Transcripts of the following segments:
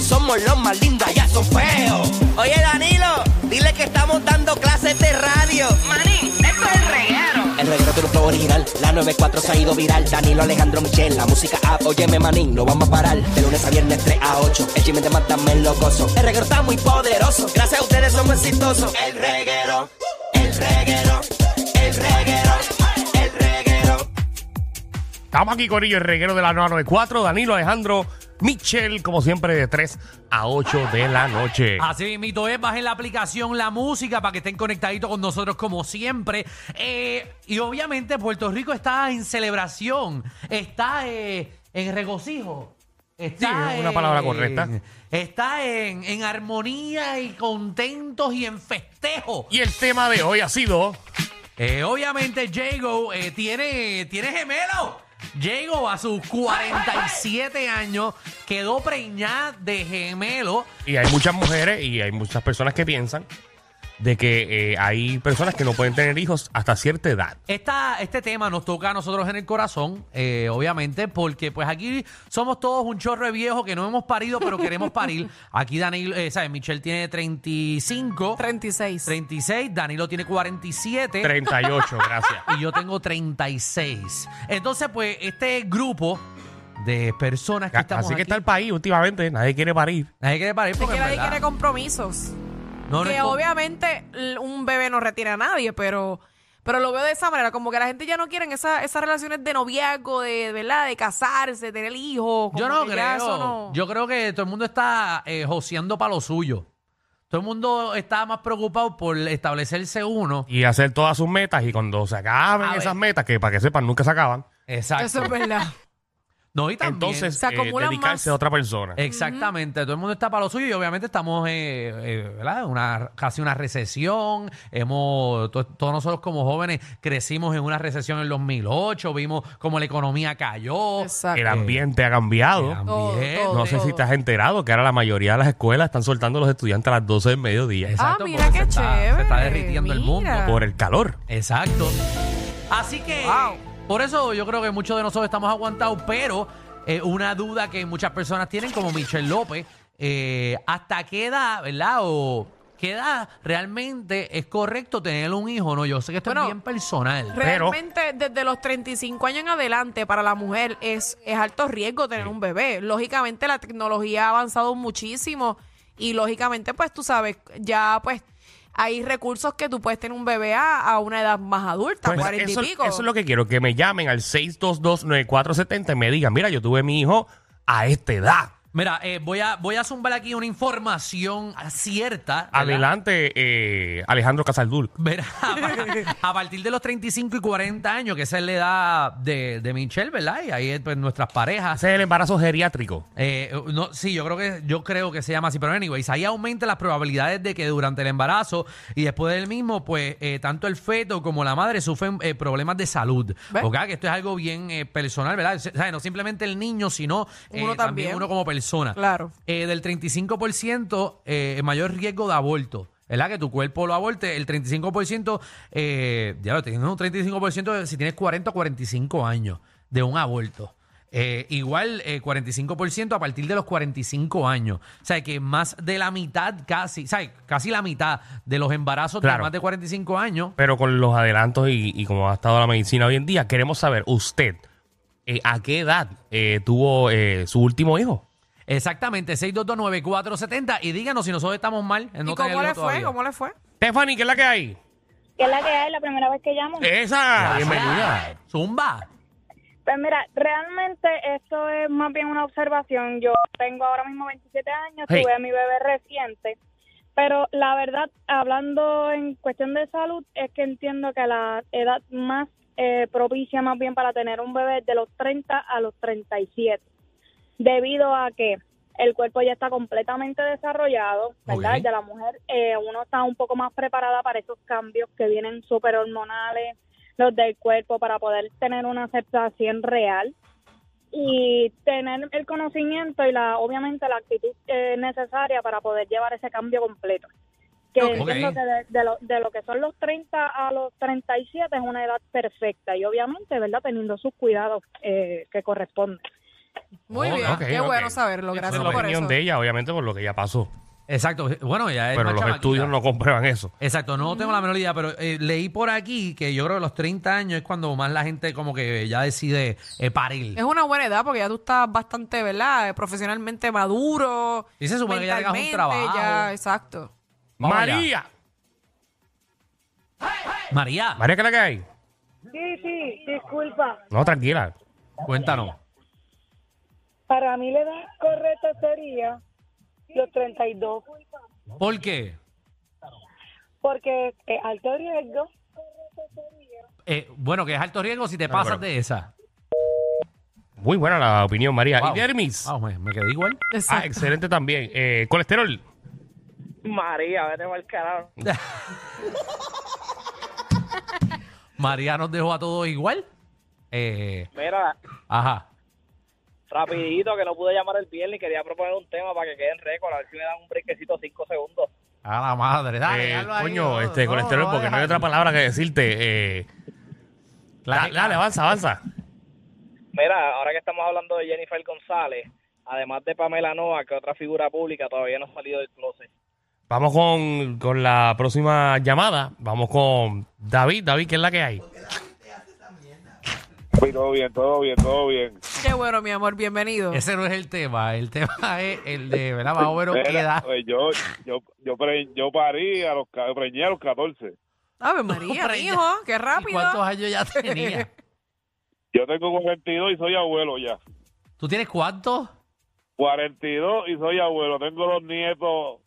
somos los más lindos, allá son feos. Oye, Danilo, dile que estamos dando clases de radio. Manín, esto es el reguero. El reguero tiene un flow original, la 94 se ha ido viral. Danilo Alejandro Michel, la música app, óyeme manín, no vamos a parar. De lunes a viernes 3 a 8, el chisme te mata me locoso. El reguero está muy poderoso, gracias a ustedes somos exitosos. El reguero, el reguero, el reguero, el reguero. Estamos aquí, Corillo, el reguero de la 994, Danilo Alejandro Michel, como siempre, de 3 a 8 de la noche. Así mismito es, bajen la aplicación La Música para que estén conectaditos con nosotros como siempre. Eh, y obviamente Puerto Rico está en celebración, está eh, en regocijo. Está Sí, es una palabra correcta. Está en, en armonía y contentos y en festejo. Y el tema de hoy ha sido. Eh, obviamente Jago eh, tiene, tiene gemelo. Jago a sus 47 años quedó preñada de gemelo. Y hay muchas mujeres y hay muchas personas que piensan de que eh, hay personas que no pueden tener hijos hasta cierta edad. Esta, este tema nos toca a nosotros en el corazón, eh, obviamente, porque pues aquí somos todos un chorro de viejos que no hemos parido, pero queremos parir. Aquí Danilo, eh, ¿sabes? Michelle tiene 35, 36. 36, Danilo tiene 47 38, gracias. y yo tengo 36. Entonces, pues, este grupo de personas que estamos Así que está el aquí, país últimamente, nadie quiere parir. nadie quiere parir Es porque que en nadie verdad, quiere compromisos. no, no que es co- obviamente l- un bebé no retira a nadie, pero, pero lo veo de esa manera, como que la gente ya no quiere esa, esas relaciones de noviazgo, de verdad, de casarse, de tener hijos. como Yo no que ya creo. eso no- Yo creo que todo el mundo está eh, joseando para lo suyo. Todo el mundo está más preocupado por establecerse uno. Y hacer todas sus metas y cuando se acaben A ver. esas metas, que para que sepan, nunca se acaban, Exacto. Eso es verdad. No, y también. entonces se eh, acumulan dedicarse más. a otra persona. Exactamente, todo el mundo está para lo suyo y obviamente estamos, eh, eh, ¿verdad? Una, casi una recesión. Hemos, to- todos nosotros como jóvenes crecimos en una recesión en los 2008, vimos cómo la economía cayó. Exacto. Ah, el ambiente ha cambiado. El Todo, ambiente. todo. No sé si estás enterado que ahora la mayoría de las escuelas están soltando a los estudiantes a las 12 del mediodía Ah, Exacto, mira porque qué se está- chévere. se está derritiendo el mundo Mira. por el calor. Exacto. Así que Wow. por eso yo creo que muchos de nosotros estamos aguantados, pero eh, una duda que muchas personas tienen, como Michelle López, eh, ¿hasta qué edad, verdad? O qué edad realmente es correcto tener un hijo, ¿no? Yo sé que esto es Bueno, bien personal. Pero- Realmente desde los 35 años en adelante para la mujer es, es alto riesgo tener un bebé. Lógicamente la tecnología ha avanzado muchísimo y lógicamente pues tú sabes, ya pues hay recursos que tú puedes tener un bebé a, a una edad más adulta, Pues, cuarenta eso, y pico. eso es lo que quiero, que me llamen al 622-9470 y me digan, mira, yo tuve mi hijo a esta edad. Mira, eh, voy, a, voy a zumbar aquí una información cierta. ¿verdad? Adelante, eh, Alejandro Casaldul. Verá, a partir de los 35 y 40 años, que esa es la edad de, de Michelle, ¿verdad? Y ahí pues, nuestras parejas. Ese es el embarazo geriátrico. Eh, no, sí, yo creo que yo creo que se llama así, pero anyways, ahí aumenta las probabilidades de que durante el embarazo y después del mismo, pues eh, tanto el feto como la madre sufren eh, problemas de salud. ¿Ves? ¿Ok? Que esto es algo bien eh, personal, ¿verdad? O sea, no simplemente el niño, sino eh, Uno también. también. uno como persona. Claro. Eh, del 35% eh, mayor riesgo de aborto. ¿Verdad? Que tu cuerpo lo aborte. El 35%, eh, ya lo tienes un 35% de- si tienes 40 o 45 años de un aborto. Eh, igual eh, 45% a partir de los 45 años. O sea, que más de la mitad, casi, o sea, casi la mitad de los embarazos de Claro. más de 45 años. Pero con los adelantos y, y como ha estado la medicina hoy en día, queremos saber usted eh, a qué edad eh, tuvo eh, su último hijo. Exactamente, 6229470. Y díganos si nosotros estamos mal. en no ¿Y cómo tenerlo le fue? todavía. ¿Cómo le fue? Stephanie, ¿qué es la que hay? que es la que hay, la primera vez que llamo. Eh. Esa. Bienvenida. Zumba. Pues mira, realmente esto es más bien una observación. Yo tengo ahora mismo 27 años, Hey. tuve a mi bebé reciente, pero la verdad, hablando en cuestión de salud, es que entiendo que la edad más eh, propicia más bien para tener un bebé es de los 30 a los 37, debido a que el cuerpo ya está completamente desarrollado, ¿verdad? Ok. El de la mujer, eh, uno está un poco más preparada para esos cambios que vienen súper hormonales, los del cuerpo, para poder tener una aceptación real y tener el conocimiento y la obviamente la actitud eh, necesaria para poder llevar ese cambio completo. Que Ok. entiendo Ok. que de, de lo, de lo que son los 30 a los 37 es una edad perfecta y obviamente, ¿verdad? Teniendo sus cuidados eh, que corresponden. Muy Oh, bien, ok, qué ok. bueno saberlo. Esa Gracias es la por opinión eso. de ella, obviamente, por lo que ya pasó. Exacto. Bueno, ya es Pero más los chamaquita. estudios no comprueban eso. Exacto, no tengo la menor idea, pero eh, leí por aquí que yo creo que los 30 años es cuando más la gente como que ya decide eh, parir. Es una buena edad porque ya tú estás bastante, ¿verdad? Eh, Profesionalmente maduro. Y se supone que ya tengas un mentalmente, trabajo. ya, exacto. Vamos allá. María. María, María, ¿qué es la que hay? Sí, sí, disculpa. No, tranquila. cuéntanos. Para mí la edad correcta sería los 32, ¿Por qué? porque es alto riesgo. Eh, bueno, que es alto riesgo si te pasas de esa. Muy buena la opinión, María. Wow. Y Dermis. Wow, me, me quedé igual. Ah, Exacto. excelente también. Eh, colesterol. María, vete mal carajo. María nos dejó a todos igual. Eh, Mira, ajá. rapidito, que no pude llamar el viernes y quería proponer un tema para que quede en récord, a ver si me dan un brequecito cinco segundos. A la madre, dale. Eh, déjalo ahí, coño, no, este no, colesterol, no, porque no hay déjalo. otra palabra que decirte. eh. La- Da- dale, avanza, avanza. Mira, ahora que estamos hablando de Jennifer González, además de Pamela Noa, que otra figura pública todavía no ha salido del closet. Vamos con, con la próxima llamada. Vamos con David. David, ¿qué es la que hay? Sí, todo bien, todo bien, todo bien. Qué bueno, mi amor, bienvenido. Ese no es el tema. El tema es el de, ¿verdad? Más o menos qué Era, edad. pues, yo, yo, yo, pre- yo parí a los, ca- preñé a los 14. Ave María, Hombre, ya. hijo, qué ¿Y rápido. ¿Cuántos años ya tenía? Yo tengo 42 y soy abuelo ya. ¿Tú tienes cuántos? 42 y soy abuelo. Tengo dos nietos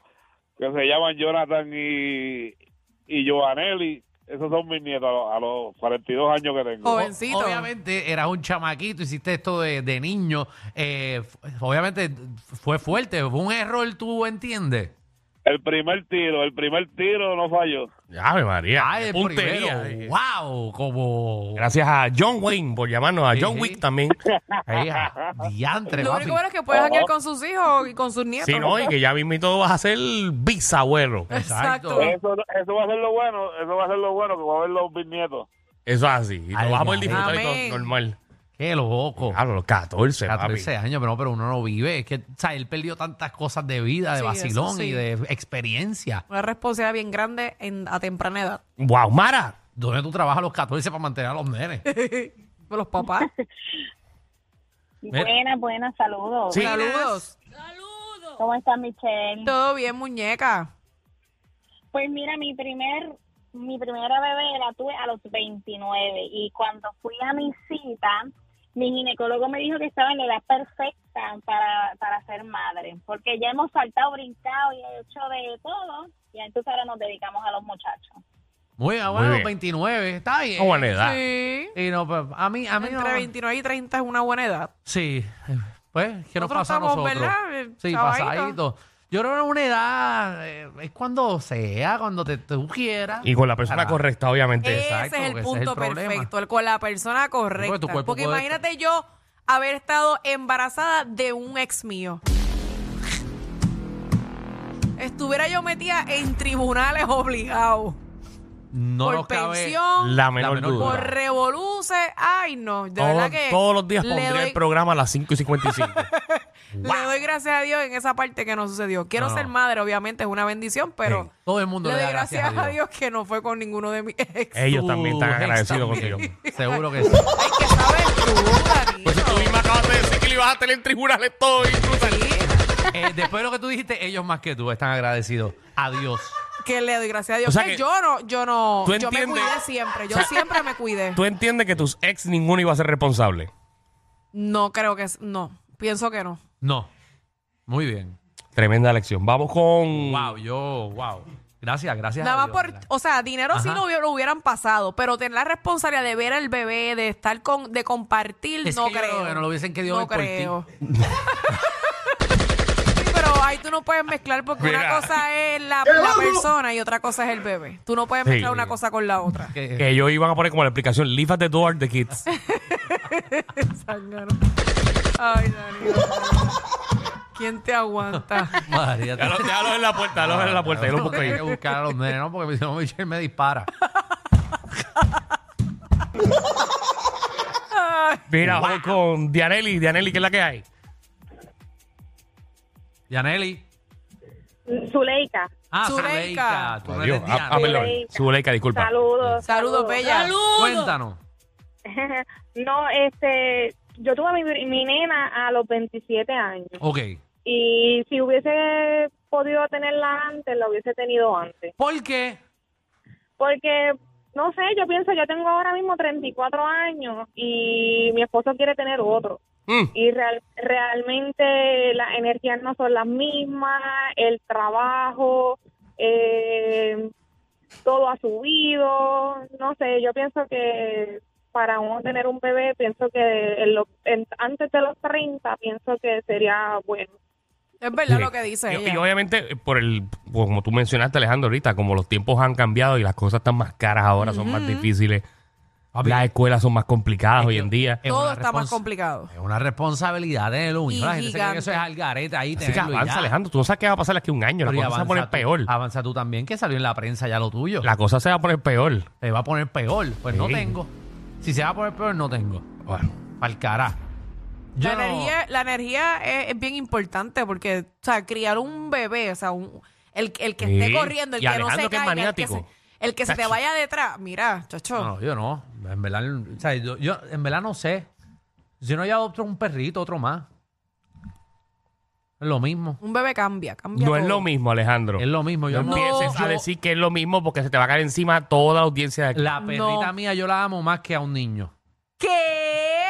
que se llaman Jonathan y, y Joanelli. Esos son mis nietos a los, a los 42 años que tengo. Joven. Jovencito. Obviamente eras un chamaquito, hiciste esto de, de niño. Eh, f- obviamente fue fuerte, fue un error, tú entiendes. El primer tiro, el primer tiro no falló. Ave María. Ah, el puntería. eh. primero. Wow, como. Gracias a John Wayne por llamarnos, a Sí, John sí. Wick también. Ey, a- diantre, Lo papi. único bueno es que puedes janguear con sus hijos y con sus nietos. Sí, no, y que ya mismito vas a ser bisabuelo. Eh. Exacto. Exacto. Eso, eso va a ser lo bueno, eso va a ser lo bueno que va a ver los bisnietos. Eso es así. Y Ay, lo vas a poder ay. disfrutar y todo Amén. normal. Qué loco. Claro, los 14, papi. 14 años, pero, no, pero uno no vive. Es que, o sea, él perdió tantas cosas de vida, de Sí, eso vacilón sí. y de experiencia. Una responsabilidad bien grande en, a temprana edad. Wow, Mara. ¿Dónde tú trabajas a los 14 para mantener a los nenes? Por los papás. Mira. Buenas, buenas, saludos. Sí. Saludos. ¿Cómo está Michelle? Todo bien, muñeca. Pues mira, mi primer mi primera bebé la tuve a los 29 y cuando fui a mi cita, mi ginecólogo me dijo que estaba en la edad perfecta para, para ser madre, porque ya hemos saltado, brincado y hecho de todo y entonces ahora nos dedicamos a los muchachos. Muy bien, Muy bueno, bien. 29, está bien. Qué buena edad. Sí. Y no, pues, a mí, a mí no- Entre 29 y 30 es una buena edad. Sí, pues, ¿qué nos Nosotros pasa a estamos, nosotros? ¿verdad? Eh, Sí, chavaitos. pasadito. Yo creo que en una edad eh, es cuando sea, cuando te, tú quieras. Y con la persona Para- correcta, obviamente. Exacto, ese es ese el es punto el problema. perfecto, el- con la persona correcta. Porque tu Porque, cuerpo puede- imagínate yo haber estado embarazada de un ex mío. Estuviera yo metida en tribunales obligado. No por nos cabe- pensión, La menor, menor duda. por revoluce. Ay, no. De Todos, verdad que todos los días le pondría doy- el programa a las 5 y 55. Le doy gracias a Dios en esa parte que no sucedió. Quiero No, no. ser madre, obviamente, es una bendición, pero Sí, todo el mundo le le, doy da gracias, a Dios que no fue con ninguno de mis ex. Ellos también están Tus ex agradecidos también. contigo. Seguro que sí. Ay, que sabes tú, Danilo. Pues si tú misma acabas de decir que le ibas a tener en tribunales todo y tú salí. Eh, después de lo que tú dijiste, ellos más que tú están agradecidos. A Dios. que le doy gracias a Dios O sea que, que yo no yo no tú yo me entiendes- cuidé siempre yo siempre me cuidé Tú entiendes que tus ex ninguno iba a ser responsable. no creo que es- no pienso que no No. Muy bien. Tremenda lección. Vamos con. Wow, yo, wow. Gracias, gracias. nada a más Dios, por ¿verdad? o sea dinero sí Ajá. lo, hubi- lo hubieran pasado pero tener la responsabilidad de ver al bebé de estar con de compartir Es no que yo creo creo que no lo hubiesen querido no ver por ti. creo Sí, pero ahí tú no puedes mezclar porque una Mira. cosa es la, la persona y otra cosa es el bebé tú no puedes Sí. mezclar una cosa con la otra Que- Que ellos iban a poner como la explicación: Leave at the door the kids. Zángano. ay Danilo quién te aguanta María, tú- Déjalo- Déjalos en la puerta, déjalos en la puerta. Yo los busco Hay que ahí. buscar a los nenes, ¿no? Porque si no, Michelle me dispara. Ay, Mira, vamos con Dianelli. Dianelli, ¿qué es la que hay? Yaneli. Zuleika. Ah, Zuleika. Zuleika. Tú no eres Adiós. Ah, Diana. ah, perdón. Zuleika, disculpa. Saludos. Saludos, Bella. Cuéntanos. no, este, yo tuve a mi, mi nena a los 27 años Ok. y si hubiese podido tenerla antes, la hubiese tenido antes. ¿Por qué? Porque, no sé, yo pienso, yo tengo ahora mismo 34 años y mi esposo quiere tener otro. Mm. Y real- realmente las energías no son las mismas, el trabajo, eh, todo ha subido. No sé, yo pienso que para uno tener un bebé, pienso que en lo- en- antes de los 30, pienso que sería bueno. Es verdad Sí. lo que dice Y, ella. y obviamente, eh, por el, pues, como tú mencionaste, Alejandro, ahorita, como los tiempos han cambiado y las cosas están más caras ahora, son más difíciles, Papi, las escuelas son más complicadas Ah, es hoy que- en día. es Todo una está más responsa- complicado. Es una responsabilidad de lo Y La gente se cree que eso es gigante. algarete ahí. Así que tenerlo y avanza, ya. Alejandro. Tú no sabes qué va a pasar de aquí a un año. La Pero cosa y se va a avanza poner tú- Ah, peor. Avanza tú también, que salió en la prensa ya lo tuyo. La cosa se va a poner peor. Se va a poner peor. Pues no Sí. tengo. Si se va a poner peor, no tengo. Bueno. Al cará. Yo La no- energía, la energía es, es bien importante porque, o sea, criar un bebé, o sea, un- el, el que Sí. esté corriendo, el Y que no Alejandro, se que es caiga, el que se, maniático. el que se te Chacho. vaya detrás, mira, chacho. No, yo no. En verdad, o sea, yo, yo en verdad no sé. Si no, ya adopto un perrito, otro más. Es lo mismo. Un bebé cambia, cambia. No es todo. lo mismo, Alejandro. Es lo mismo. Yo no no- empieces a yo- decir que es lo mismo porque se te va a caer encima toda la audiencia de aquí. La perrita No. mía yo la amo más que a un niño. ¿Qué?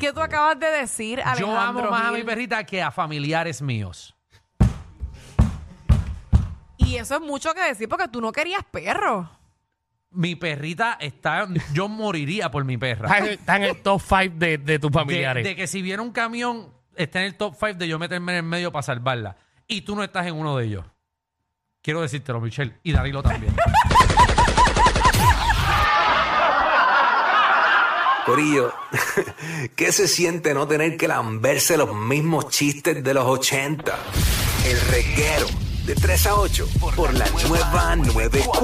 ¿Qué tú acabas de decir, Alejandro? yo amo más a Gil? mi perrita que a familiares míos. Y eso es mucho que decir porque tú no querías perro. Mi perrita está. Yo moriría por mi perra. Está en- está en el top 5 de, de tus De, familiares. de que si viera un camión, está en el top 5 de yo meterme en el medio para salvarla. Y tú no estás en uno de ellos. Quiero decírtelo, Michelle. Y Darilo también. Corillo, ¿qué se siente no tener que lamberse los mismos chistes de los 80? El reguero de 3 a 8 por la nueva 94.